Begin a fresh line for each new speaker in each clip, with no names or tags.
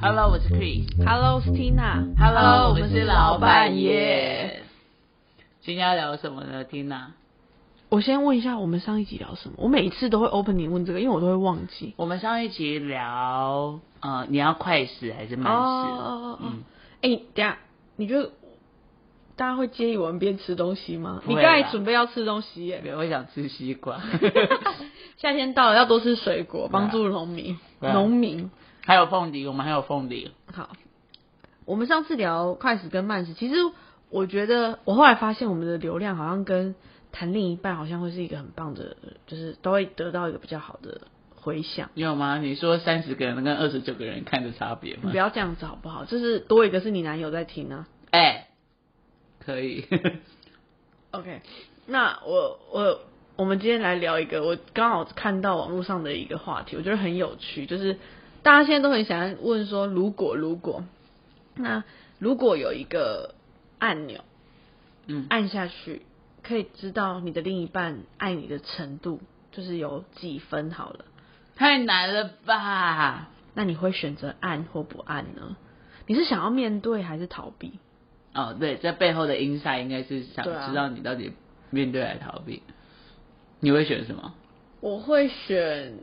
Hello，我是 Chris。
Hello，我是 Tina。
嗯 Hello，我们是老半夜。今天要聊什么呢，Tina？
我先问一下，我们上一集聊什么？我每一次都会 opening 问这个，因为我都会忘记。
我们上一集聊，呃，你要快死还是慢死？
哦
嗯，
哎、等一下，你觉得大家会介意我们边吃东西吗？
不
你
会
刚
啦
才准备要吃东西耶。
我想吃西瓜，
夏天到了，要多吃水果，帮助农民。
对啊
农民，
还有凤梨，我们还有凤梨。
好。我们上次聊快食跟慢食，其实我觉得我后来发现，我们的流量好像跟谈另一半好像会是一个很棒的，就是都会得到一个比较好的回响。
你有吗？你说三十个人跟二十九个人看的差别
你
吗
不？要这样子好不好？就是多一个是你男友在听啊。
哎、可以。
OK，那我我我们今天来聊一个，我刚好看到网络上的一个话题，我觉得很有趣，就是大家现在都很想要问说，如果如果那如果有一个按钮
嗯，
按下去，可以知道你的另一半爱你的程度，就是有几分好了。
太难了吧？
那你会选择按或不按呢？你是想要面对还是逃避？
哦，对，这背后的 insight 应该是想
对啊
知道你到底面对还是逃避。你会选什么？
我会选，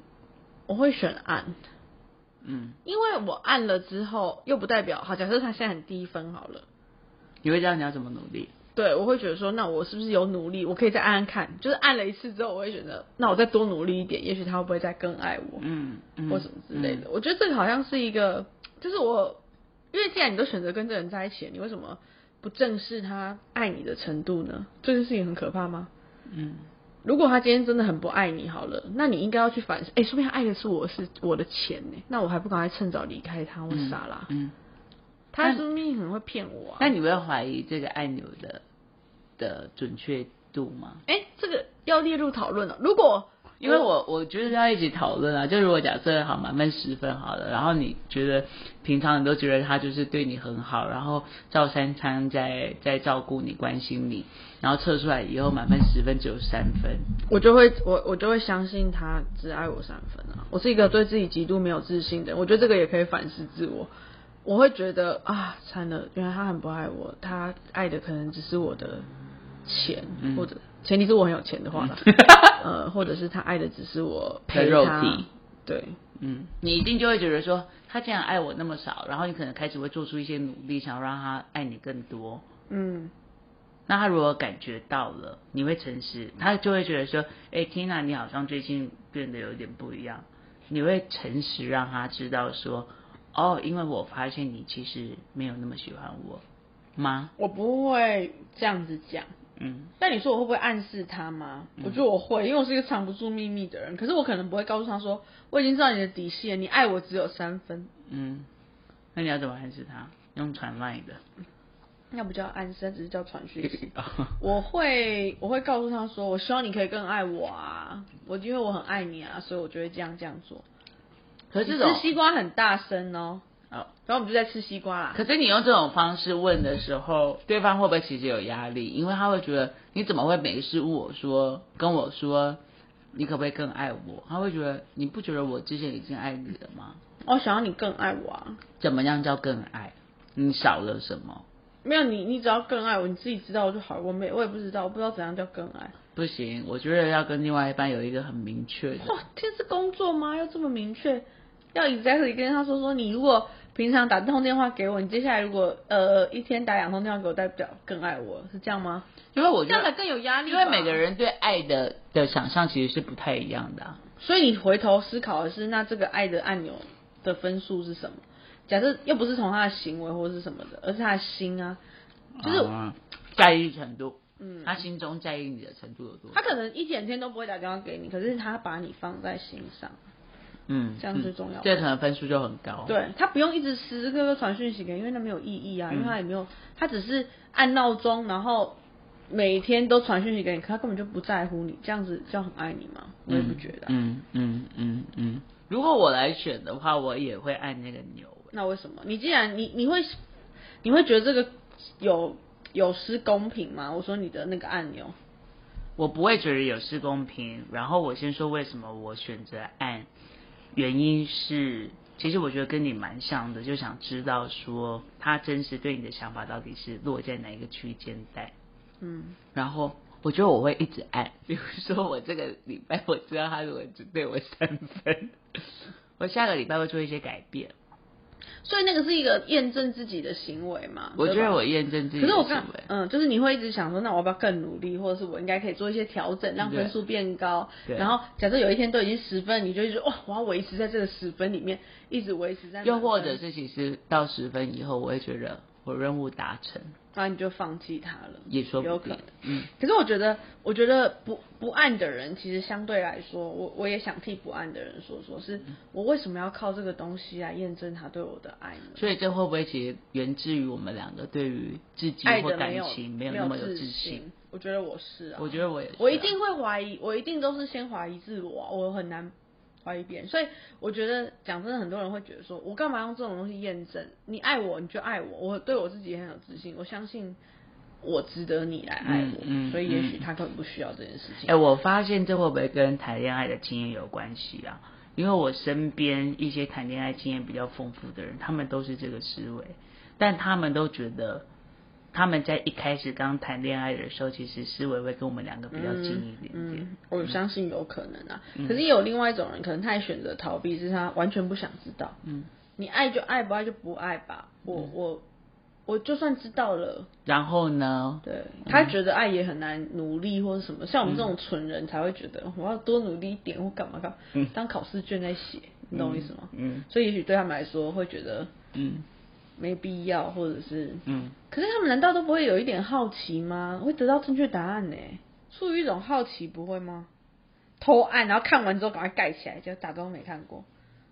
我会选按。
嗯，
因为我按了之后，又不代表好，假设他现在很低分好了，
你会知道你要怎么努力？
对我会觉得说，那我是不是有努力？我可以再按按看，就是按了一次之后，我会觉得，那我再多努力一点，也许他会不会再更爱我，
嗯，嗯
或什么之类的。。我觉得这个好像是一个，就是我，因为既然你都选择跟这个人在一起了，你为什么不正视他爱你的程度呢？这件事情很可怕吗？
嗯，
如果他今天真的很不爱你，好了，那你应该要去反思，哎、说不定他爱的是我是我的钱呢、那我还不赶快趁早离开他，我
嗯
傻啦。
嗯，
他说明很会骗我啊。
那你会怀疑这个按钮的的准确度吗？
哎、这个要列入讨论了。如果
因为我我觉得要一起讨论啊，就如果假设好满分十分好了，然后你觉得平常你都觉得他就是对你很好，然后照三餐在在照顾你、关心你，然后测出来以后满分十分只有三分，
我就会我我就会相信他只爱我三分啊。我是一个对自己极度没有自信的人，我觉得这个也可以反思自我。我会觉得啊，惨了，原来他很不爱我，他爱的可能只是我的钱，
嗯
或者前提是我很有钱的话啦， 呃，或者是他爱的只是我陪
的肉
他
体，
对，
嗯，你一定就会觉得说他竟然爱我那么少，然后你可能开始会做出一些努力，想要让他爱你更多。
嗯，
那他如果感觉到了，你会诚实，他就会觉得说，哎、t i n a 你好像最近变得有点不一样。你会诚实让他知道说，哦，因为我发现你其实没有那么喜欢我吗？
我不会这样子讲。
嗯
但你说我会不会暗示他吗？我觉得我会，因为我是一个藏不住秘密的人。可是我可能不会告诉他说，我已经知道你的底线，你爱我只有三分，
嗯，那你要怎么暗示他？用传 line 的，
那不叫暗示，那只是叫传讯 息。我会，我会告诉他说，我希望你可以更爱我啊，我因为我很爱你啊，所以我就会这样这样做。
可是这
你吃
种
西瓜很大声哦，
哦
然后我们就在吃西瓜啦。
可是你用这种方式问的时候，对方会不会其实有压力？因为他会觉得你怎么会每事问我说，跟我说你可不可以更爱我？他会觉得你不觉得我之前已经爱你了吗？
我哦想要你更爱我啊，
怎么样叫更爱？你少了什么？
没有你，你只要更爱我，你自己知道就好了。我没，我也不知道，我不知道怎样叫更爱。
不行，我觉得要跟另外一半有一个很明确的。
哇，这哦是工作吗？要这么明确？要 exactly 跟他说说，你如果平常打通电话给我，你接下来如果呃一天打两通电话给我，代表更爱我，是这样吗？
因为我
这
觉
样才
得，
更有压力。
因为每个，人对爱的的想象其实是不太一样的啊、
所以你回头思考的是，那这个爱的按钮的分数是什么？假设又不是从他的行为或是什么的，而是他的心啊，就是
啊在意程度，
嗯，
他心中在意你的程度有多少？
他可能一整天都不会打电话给你，可是他把你放在心上，
嗯，
这样最
嗯
重要
这可能分数就很高。
对他不用一直时时刻刻传讯息给，因为那没有意义啊，因为他也没有，他只是按闹钟，然后每天都传讯息给你，可他根本就不在乎你，这样子叫很爱你吗？我也不觉得啊、
嗯嗯嗯嗯，如果我来选的话，我也会按那个钮。
那为什么？你既然你你会你会觉得这个有有失公平吗？我说你的那个按钮，
我不会觉得有失公平。然后我先说为什么我选择按，原因是，其实我觉得跟你蛮像的，就想知道说他真实对你的想法到底是落在哪一个区间带。
嗯，
然后我觉得我会一直按，比如说我这个礼拜我知道他如果只对我三分， 我下个礼拜会做一些改变。
所以那个是一个验证自己的行为嘛？
我觉
对吧
得我验证自己
可
的
是我
行
看
为，，
嗯，就是你会一直想说，那我要不要更努力，或者是我应该可以做一些调整，让分数变高。
对
然后假设有一天都已经十分，你就会说，哇，我要维持在这个十分里面，一直维持在满分。
又或者是其实到十分以后，我会觉得我任务达成，
然后你就放弃它了，
也说不定
有可能。
嗯，
可是我觉得，我觉得不不按的人，其实相对来说，我我也想替不按的人说说，是
嗯
我为什么要靠这个东西来验证他对我的爱呢？
所以这会不会其实源自于我们两个对于自己
爱
或
的
感
没有
情
没
有那么有
自
自信？。
我觉得我是啊，
我觉得我也是啊
我一定会怀疑，我一定都是先怀疑自我啊、我很难怀疑别人。所以我觉得讲真的，很多人会觉得说，我干嘛用这种东西验证？你爱我，你就爱我，我对我自己也很有自信，我相信我值得你来爱我，
嗯嗯
所以也许
嗯
他根本不需要这件事情。
哎、我发现这会不会跟谈恋爱的经验有关系啊？因为我身边一些谈恋爱经验比较丰富的人，他们都是这个思维，但他们都觉得他们在一开始刚谈恋爱的时候，其实思维会跟我们两个比较近一点点。嗯
嗯，我相信有可能啊。可是也有另外一种人，可能他也选择逃避，是他完全不想知道。
嗯，
你爱就爱，不爱就不爱吧。我、我我就算知道了，
然后呢？
对他觉得爱也很难努力或者什么。像我们这
嗯
种蠢人才会觉得我要多努力一点或干嘛干嘛，当考试卷在写，你懂我意思吗？
嗯
所以也许对他们来说会觉得
嗯
没必要，或者是
嗯，
可是他们难道都不会有一点好奇吗？会得到正确答案呢？出于一种好奇，不会吗？偷按，然后看完之后赶快盖起来，就假装没看过，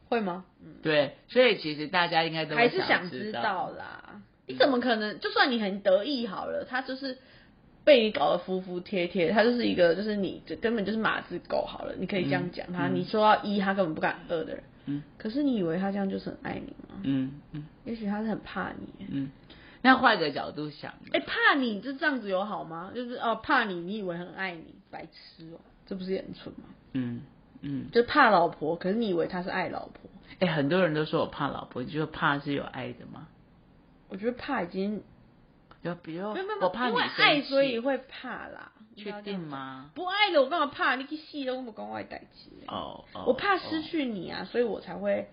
会吗？嗯
对，所以其实大家应该都会
还是想
知
知
道。
道啦。你怎么可能？就算你很得意好了，他就是被你搞得服服帖帖，他就是一个就是你就根本就是马子狗好了，你可以这样讲他。你说要一，他根本不敢二的人。
嗯
可是你以为他这样就是很爱你吗？
嗯嗯
也许他是很怕你。
嗯，那换个角度想，
哎、怕你就这样子有好吗？就是哦，怕你，你以为很爱你，白痴哦、这不是也很蠢吗？
嗯嗯，
就怕老婆，可是你以为他是爱老婆？
哎、很多人都说我怕老婆，你觉得怕是有爱的吗？
我觉得怕已经
就比如
没有没有，
我怕你
因为
生气
爱所以会怕啦，你知道
确
这
定
样吗？
吗？
不爱的我干嘛怕？你去戏都不跟我代志。
哦，哦
我怕失
哦
去你啊，所以我才会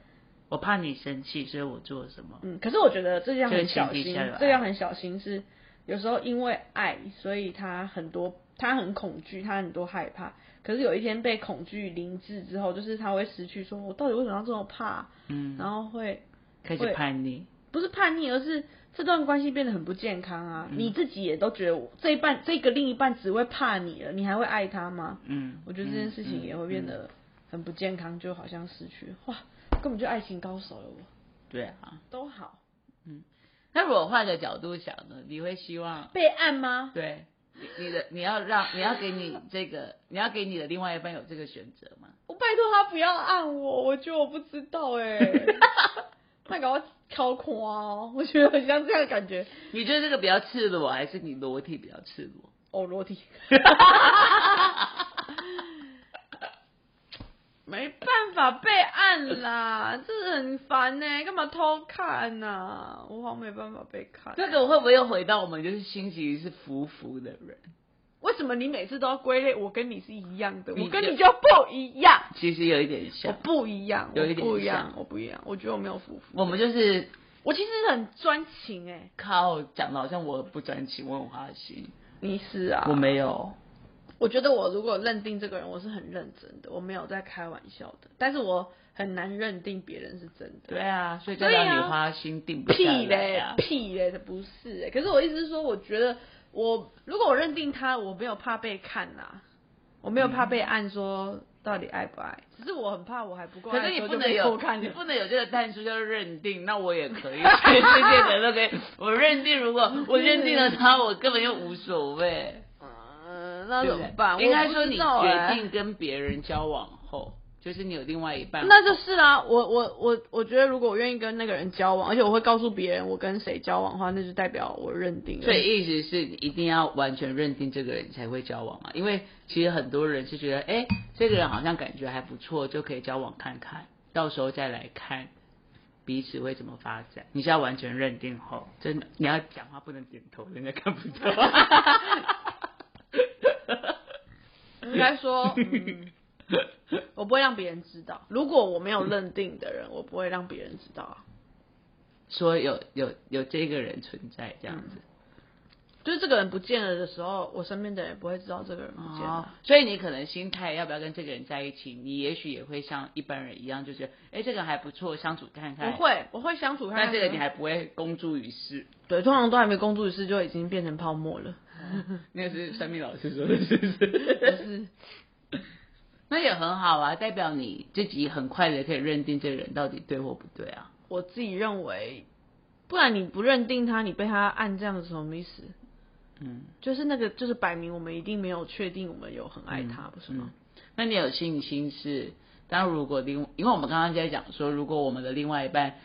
我怕你生气，所以我做什么？
嗯。可是我觉得这样很
这
小
个前提
心
下有爱，
这样很小心是有时候因为爱，所以他很多他很恐惧，他很多害怕。可是有一天被恐惧凌治之后，就是他会失去，说我到底为什么要这么怕？
嗯，
然后会
开始叛逆，
不是叛逆，而是这段关系变得很不健康啊！
嗯
你自己也都觉得我这一半这个另一半只会怕你了，你还会爱他吗？
嗯，
我觉得这件事情也会变
嗯嗯
得很不健康，就好像失去哇，根本就爱情高手了我，
对啊。
都好
那如果换个角度想呢？你会希望
被按吗？
对你你的你要让你要给你这个你要给你的另外一半有这个选择吗？
我拜托他不要按我，我觉得我不知道哎、 那搞我超夸哦，我觉得很像这样的感觉，
你觉得这个比较赤裸，还是你裸体比较赤裸？
哦 裸体，没办法被按啦，这很烦呢、干嘛偷看呐、我好像没办法被看。
这个会不会又回到我们就是心其实是浮浮的人？
为什么你每次都要归类？我跟你是一样的，
你
我跟
就
你就不一样，
其实有一点
我
像，
不一样，
有
我
一点
不一
像
样，我不一样，我觉得我没有服服。
我们就是
我其实很专情哎、
靠讲的好像我不专情，我很花心，
你是啊，
我没有，
我觉得我如果认定这个人，我是很认真的，我没有在开玩笑的，但是我很难认定别人是真的。
对啊，所以叫
对
让
啊
你花心定不下
屁
来
嘞
啊。，
屁嘞，不是哎、可是我意思是说，我觉得我如果我认定他，我没有怕被看呐、我没有怕被按说到底爱不爱，只是我很怕我还不够
可
爱
是
的
你
时候
不
就
能
被
有
偷看，
你不能有这个淡出叫认定，那我也可以， 全世界的人都可以。我认定，如 果我认定了他，我根本就无所谓，
嗯，那
对
怎
不
么
对
办？？
应
我
该
不
说
知
你
道
决
欸
定跟别人交往后，就是你有另外一半，
那就是啊，我我我我觉得，如果我愿意跟那个人交往，而且我会告诉别人我跟谁交往的话，那就代表我认定了。
所以意思是你一定要完全认定这个人你才会交往嘛？因为其实很多人是觉得，哎，这个人好像感觉还不错，就可以交往看看。到时候再来看彼此会怎么发展。你是要完全认定后，真的你要讲话不能点头，人家看不到。
应该 说，嗯，我不会让别人知道。如果我没有认定的人，我不会让别人知道啊。
说有有有这个人存在这样子，
就是这个人不见了的时候，我身边的人也不会知道这个人不见
哦
了。，啊
所以你可能心态要不要跟这个人在一起，你也许也会像一般人一样，就是哎这个还不错，相处看看。
不，会，我会相处看看。啊
但这个你还不会公诸于世。
对，通常都还没公诸于世就已经变成泡沫了。
那个是生命老师说的，是不是？
是，
那也很好啊，代表你自己很快的可以认定这个人到底对或不对啊。
我自己认为，不然你不认定他，你被他按这样子什么意思？
嗯，
就是那个，就是摆明我们一定没有确定我们有很爱他，
嗯
不是吗？
那你有信心是，当如果另，因为我们刚刚在讲说，如果我们的另外一半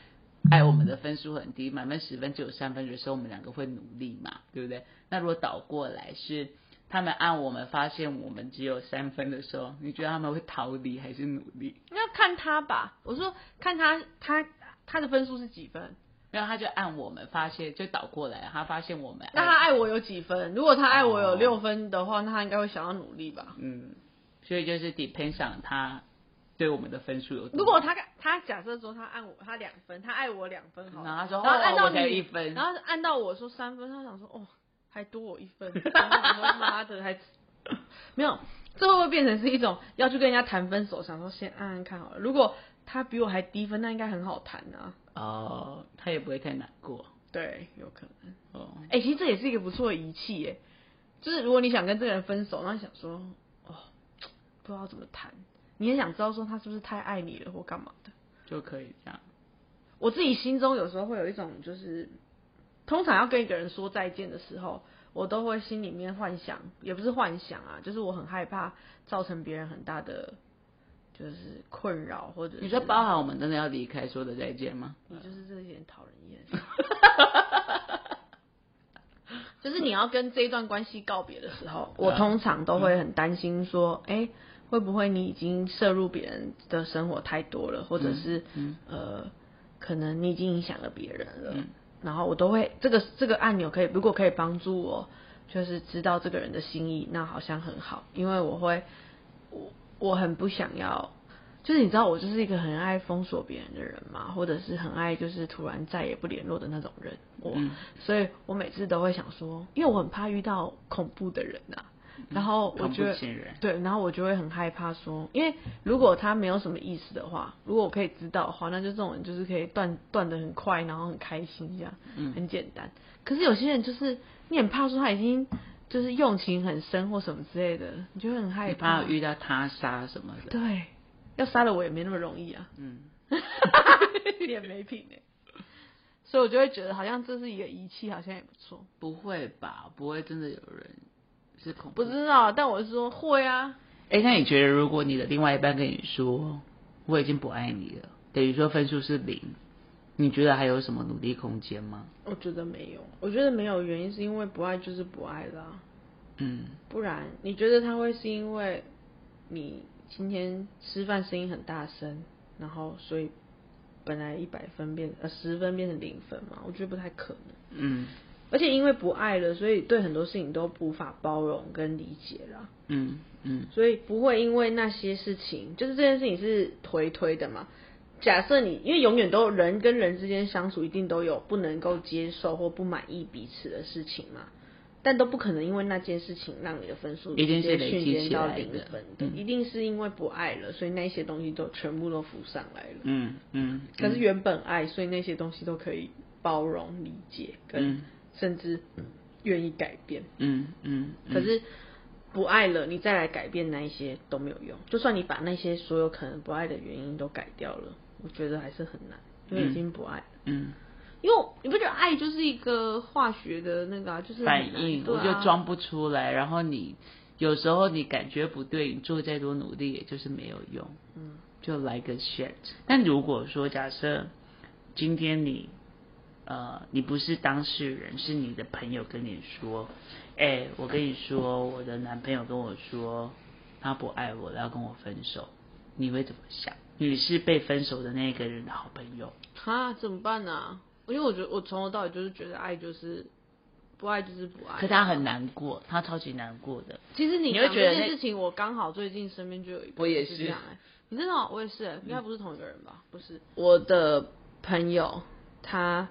爱我们的分数很低，满分十分只有三分的时候，我们两个会努力嘛，对不对？那如果倒过来是他们按我们发现我们只有三分的时候，你觉得他们会逃离还是努力？
那要看他吧。我说看他，他他的分数是几分？
然后他就按我们发现，就倒过来，他发现我们爱
那他爱我有几分？如果他爱我有六分的话，那他应该会想要努力吧。
嗯，所以就是 depends on 他对我们的分数有多少。
如果他他假设说他按我他两分，他爱我两分好了，
然后他说
然后按
哦
到
我才
你
一分
然后按到我说三分，他想说哦还多我一 分，然后我说妈的还没有，这会不会变成是一种要去跟人家谈分手，想说先按按看好了。如果他比我还低分，那应该很好谈啊。
哦，他也不会太难过
对，有可能。
哦。
哎、其实这也是一个不错的仪器耶。就是如果你想跟这个人分手，那想说哦，不知道怎么谈，你也想知道说他是不是太爱你了或干嘛的。
就可以这样。
我自己心中有时候会有一种，就是通常要跟一个人说再见的时候，我都会心里面幻想，也不是幻想啊，就是我很害怕造成别人很大的就是困扰，或者是
你说嗯包含我们真的要离开，说的再见吗？
你就是这一点讨人 厌。就是你要跟这一段关系告别的时候，我通常都会很担心说，哎、会不会你已经摄入别人的生活太多了，或者是、
嗯
呃，可能你已经影响了别人了。
嗯
然后我都会这个这个按钮可以，如果可以帮助我，就是知道这个人的心意，那好像很好，因为我会我我很不想要。就是你知道我就是一个很爱封锁别人的人嘛，
嗯
或者是很爱就是突然再也不联络的那种人，我，
嗯
所以我每次都会想说，因为我很怕遇到恐怖的人呐、
嗯
然后我
恐怖
觉得
情人
对，然后我就会很害怕说，因为如果他没有什么意思的话，如果我可以知道的话，那就这种人就是可以断断的很快，然后很开心这样，
嗯
很简单。可是有些人就是你很怕说他已经就是用情很深或什么之类的，你就会很害
你怕遇到他杀什么的？
对，要杀了我也没那么容易 啊，
嗯，
也没品哎、所以我就会觉得好像这是一个仪器，好像也不错。
不会吧？不会真的有人是恐怖？
不知道，但我是说会啊，
哎，那你觉得如果你的另外一半跟你说我已经不爱你了，等于说分数是零，你觉得还有什么努力空间吗？
我觉得没有，我觉得没有原因是因为不爱就是不爱啦、
嗯，
不然你觉得他会是因为你今天吃饭声音很大声，然后所以本来一百分变呃十分变成零分嘛？我觉得不太可能。
嗯
而且因为不爱了，所以对很多事情都无法包容跟理解啦。
嗯嗯
所以不会因为那些事情，就是这件事情是推推的嘛。假设你因为永远都有人跟人之间相处，一定都有不能够接受或不满意彼此的事情嘛，但都不可能因为那件事情让你的分数
一定是
直接
累积
瞬间
起
到
来
零
的
分的，
嗯
一定是因为不爱了，所以那些东西都全部都浮上来了。
嗯嗯。
可是原本爱，所以那些东西都可以包容、理解，跟
嗯
甚至愿意改变。
嗯嗯，嗯
可是不爱了，你再来改变那一些都没有用。就算你把那些所有可能不爱的原因都改掉了，我觉得还是很难，因为已经不爱了。
嗯
因为你不觉得爱就是一个化学的那个、啊，就是很
反
难
应，
对
我
啊、
就装不出来。然后你有时候你感觉不对，你做再多努力也就是没有用，
嗯，
就来个 shit。但如果说假设今天你呃你不是当事人，是你的朋友跟你说，哎、我跟你说，我的男朋友跟我说他不爱我了，要跟我分手，你会怎么想？你是被分手的那个人的好朋友。
啊，怎么办呢、因为我觉得我从头到尾就是觉得爱就是不爱就是不爱。
可他很难过，他超级难过的。
其实你
你会
讲
觉得
这件
那
事情，我刚好最近身边就有一个
我也
是
是
这样哎、你真的哦、我也是、应该不是同一个人吧？不是，我的朋友他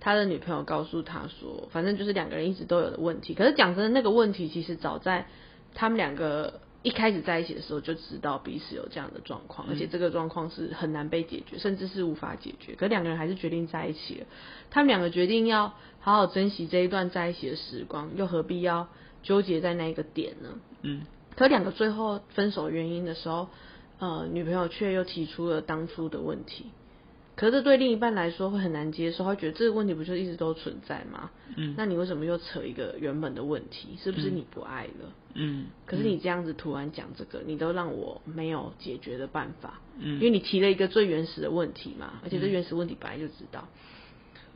他的女朋友告诉他说，反正就是两个人一直都有的问题。可是讲真的，那个问题其实早在他们两个一开始在一起的时候就知道彼此有这样的状况，而且这个状况是很难被解决，甚至是无法解决。可两个人还是决定在一起了。他们两个决定要好好珍惜这一段在一起的时光，又何必要纠结在那一个点呢？
嗯，
可两个最后分手原因的时候，呃，女朋友却又提出了当初的问题。可是这对另一半来说会很难接受，会觉得这个问题不就一直都存在吗？
嗯，
那你为什么又扯一个原本的问题？是不是你不爱了？
嗯，
可是你这样子突然讲这个，你都让我没有解决的办法，
嗯
因为你提了一个最原始的问题嘛，而且这原始问题本来就知道，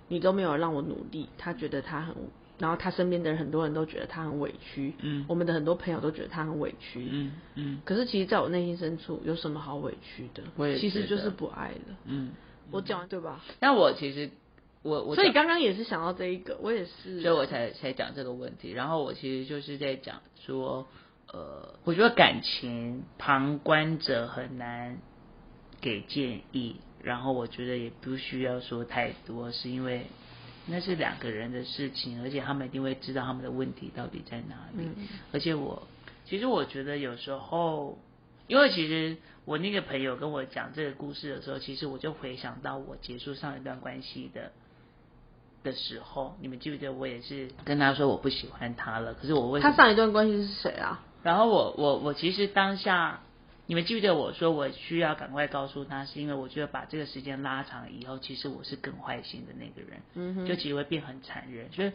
你都没有让我努力，他觉得他很，然后他身边的人很多人都觉得他很委屈，
嗯
我们的很多朋友都觉得他很委屈，
嗯嗯
可是其实在我内心深处有什么好委屈的？
我也
其实
觉
就
得
是不爱了，
嗯。
我讲完对吧？
那我其实我我
所以刚刚也是想到这一个，我也是，啊
所以我才才讲这个问题。然后我其实就是在讲说，呃，我觉得感情旁观者很难给建议，然后我觉得也不需要说太多，是因为那是两个人的事情，而且他们一定会知道他们的问题到底在哪里。
嗯
而且我其实我觉得有时候，因为其实我那个朋友跟我讲这个故事的时候，其实我就回想到我结束上一段关系的的时候，你们记不记得我也是跟他说我不喜欢他了，可是我为什
他
么？
上一段关系是谁啊？
然后我我我其实当下。你们记不记得我说我需要赶快告诉他，是因为我觉得把这个时间拉长以后，其实我是更坏心的那个人。
嗯哼，
就其实会变很残忍。所以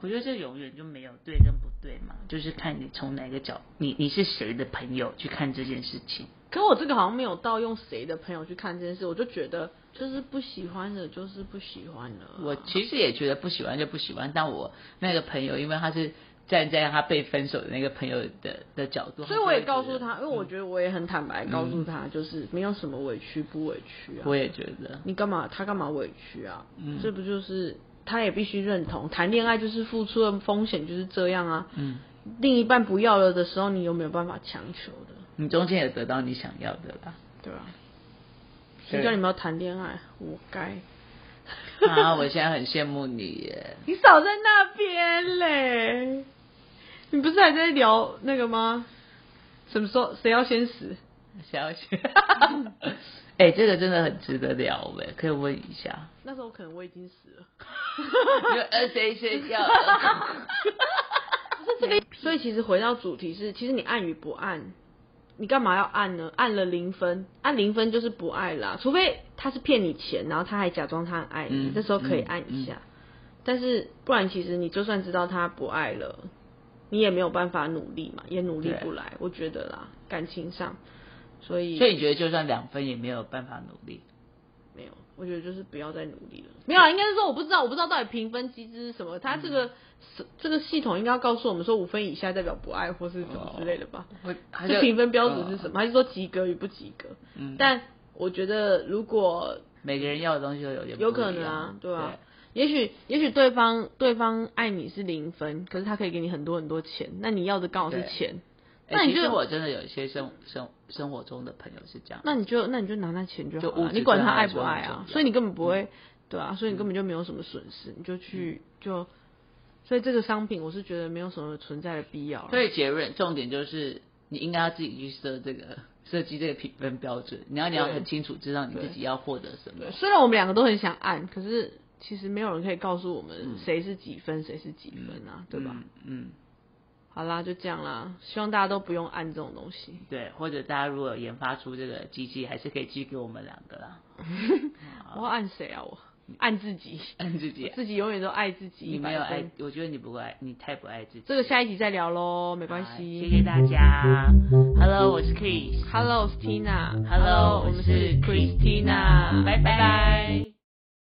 我觉得这永远就没有对跟不对嘛，就是看你从哪个角，你你是谁的朋友去看这件事情。
可我这个好像没有到用谁的朋友去看这件事，我就觉得就是不喜欢的，就是不喜欢啊的。
我其实也觉得不喜欢就不喜欢，但我那个朋友，因为他是站在他被分手的那个朋友的的角度，
所以我也
他就
告
会觉得，
诉他，因为我觉得我也很坦白告诉他，哎就是没有什么委屈不委屈
嗯
啊。
我也觉嗯得，
你干嘛？他干嘛委屈啊？这不就是他也必须认同，谈恋爱就是付出的风险就是这样啊。
嗯，
另一半不要了的时候，你有没有办法强求的？
你中间也得到你想要的 啦。
对吧、啊？
对
谁叫你们要谈恋爱？活该！
啊，我现在很羡慕你耶。
你少在那边嘞！你不是还在聊那个吗？什么时候谁要先死？
消息，哎、这个真的很值得聊呗，可以问一下。
那时候可能我已经死了。
就呃谁谁要？
所以其实回到主题是，其实你按与不按，你干嘛要按呢？按了零分，按零分就是不爱啦。除非他是骗你钱，然后他还假装他很爱你，
嗯
这时候可以按一下。但是不然，其实你就算知道他不爱了，你也没有办法努力嘛，也努力不来。我觉得啦，感情上，所 以
所以你觉得就算两分也没有办法努力？
没有，我觉得就是不要再努力了。没有啊，应该是说我不知道，我不知道到底评分机制是什么。它这个、是这个系统应该要告诉我们说，五分以下代表不爱，或是什么之类的吧？
我还
这
是
评分标准是什
么？
么？还是说及格与不及格？
嗯
但我觉得如果
每个人要的东西都有点不一
有
样
可能啊，对
对
吧、啊？也许也许对方对方爱你是零分，可是他可以给你很多很多钱，那你要的刚好是
对
钱，
哎
那你
其
就
实我真的有一些生生生活中的朋友是这样，
那你就那你就拿那钱就
就
好
物
了，
质
你管他
对他
爱
来
不
说
爱
很重
啊
要，嗯
所以你根本不会、对啊，所以你根本就没有什么损失，你就去就，所以这个商品我是觉得没有什么存在的必要啊。
所以结论重点就是你应该要自己去设这个设计这个评分标准，你要你要
对
很清楚知道你自己要获得什么
对，。虽然我们两个都很想按，可是其实没有人可以告诉我们谁是几分，谁是几分啊，对吧？
嗯？嗯，
好啦，就这样啦，希望大家都不用按这种东西。
对，或者大家如果有研发出这个机器，还是可以寄给我们两个啦。
我要按谁啊？我按自 己，
按自己，
自己永远都爱自己，
你没有
100分
爱，我觉得你不够爱，你太不爱自己。
这个下一集再聊喽，没关
好
系。
谢谢大家。Hello，我是 Chris。
Hello，我是 Tina。
Hello，
我
我
们
们
是
是
Christina。
Christina。拜拜。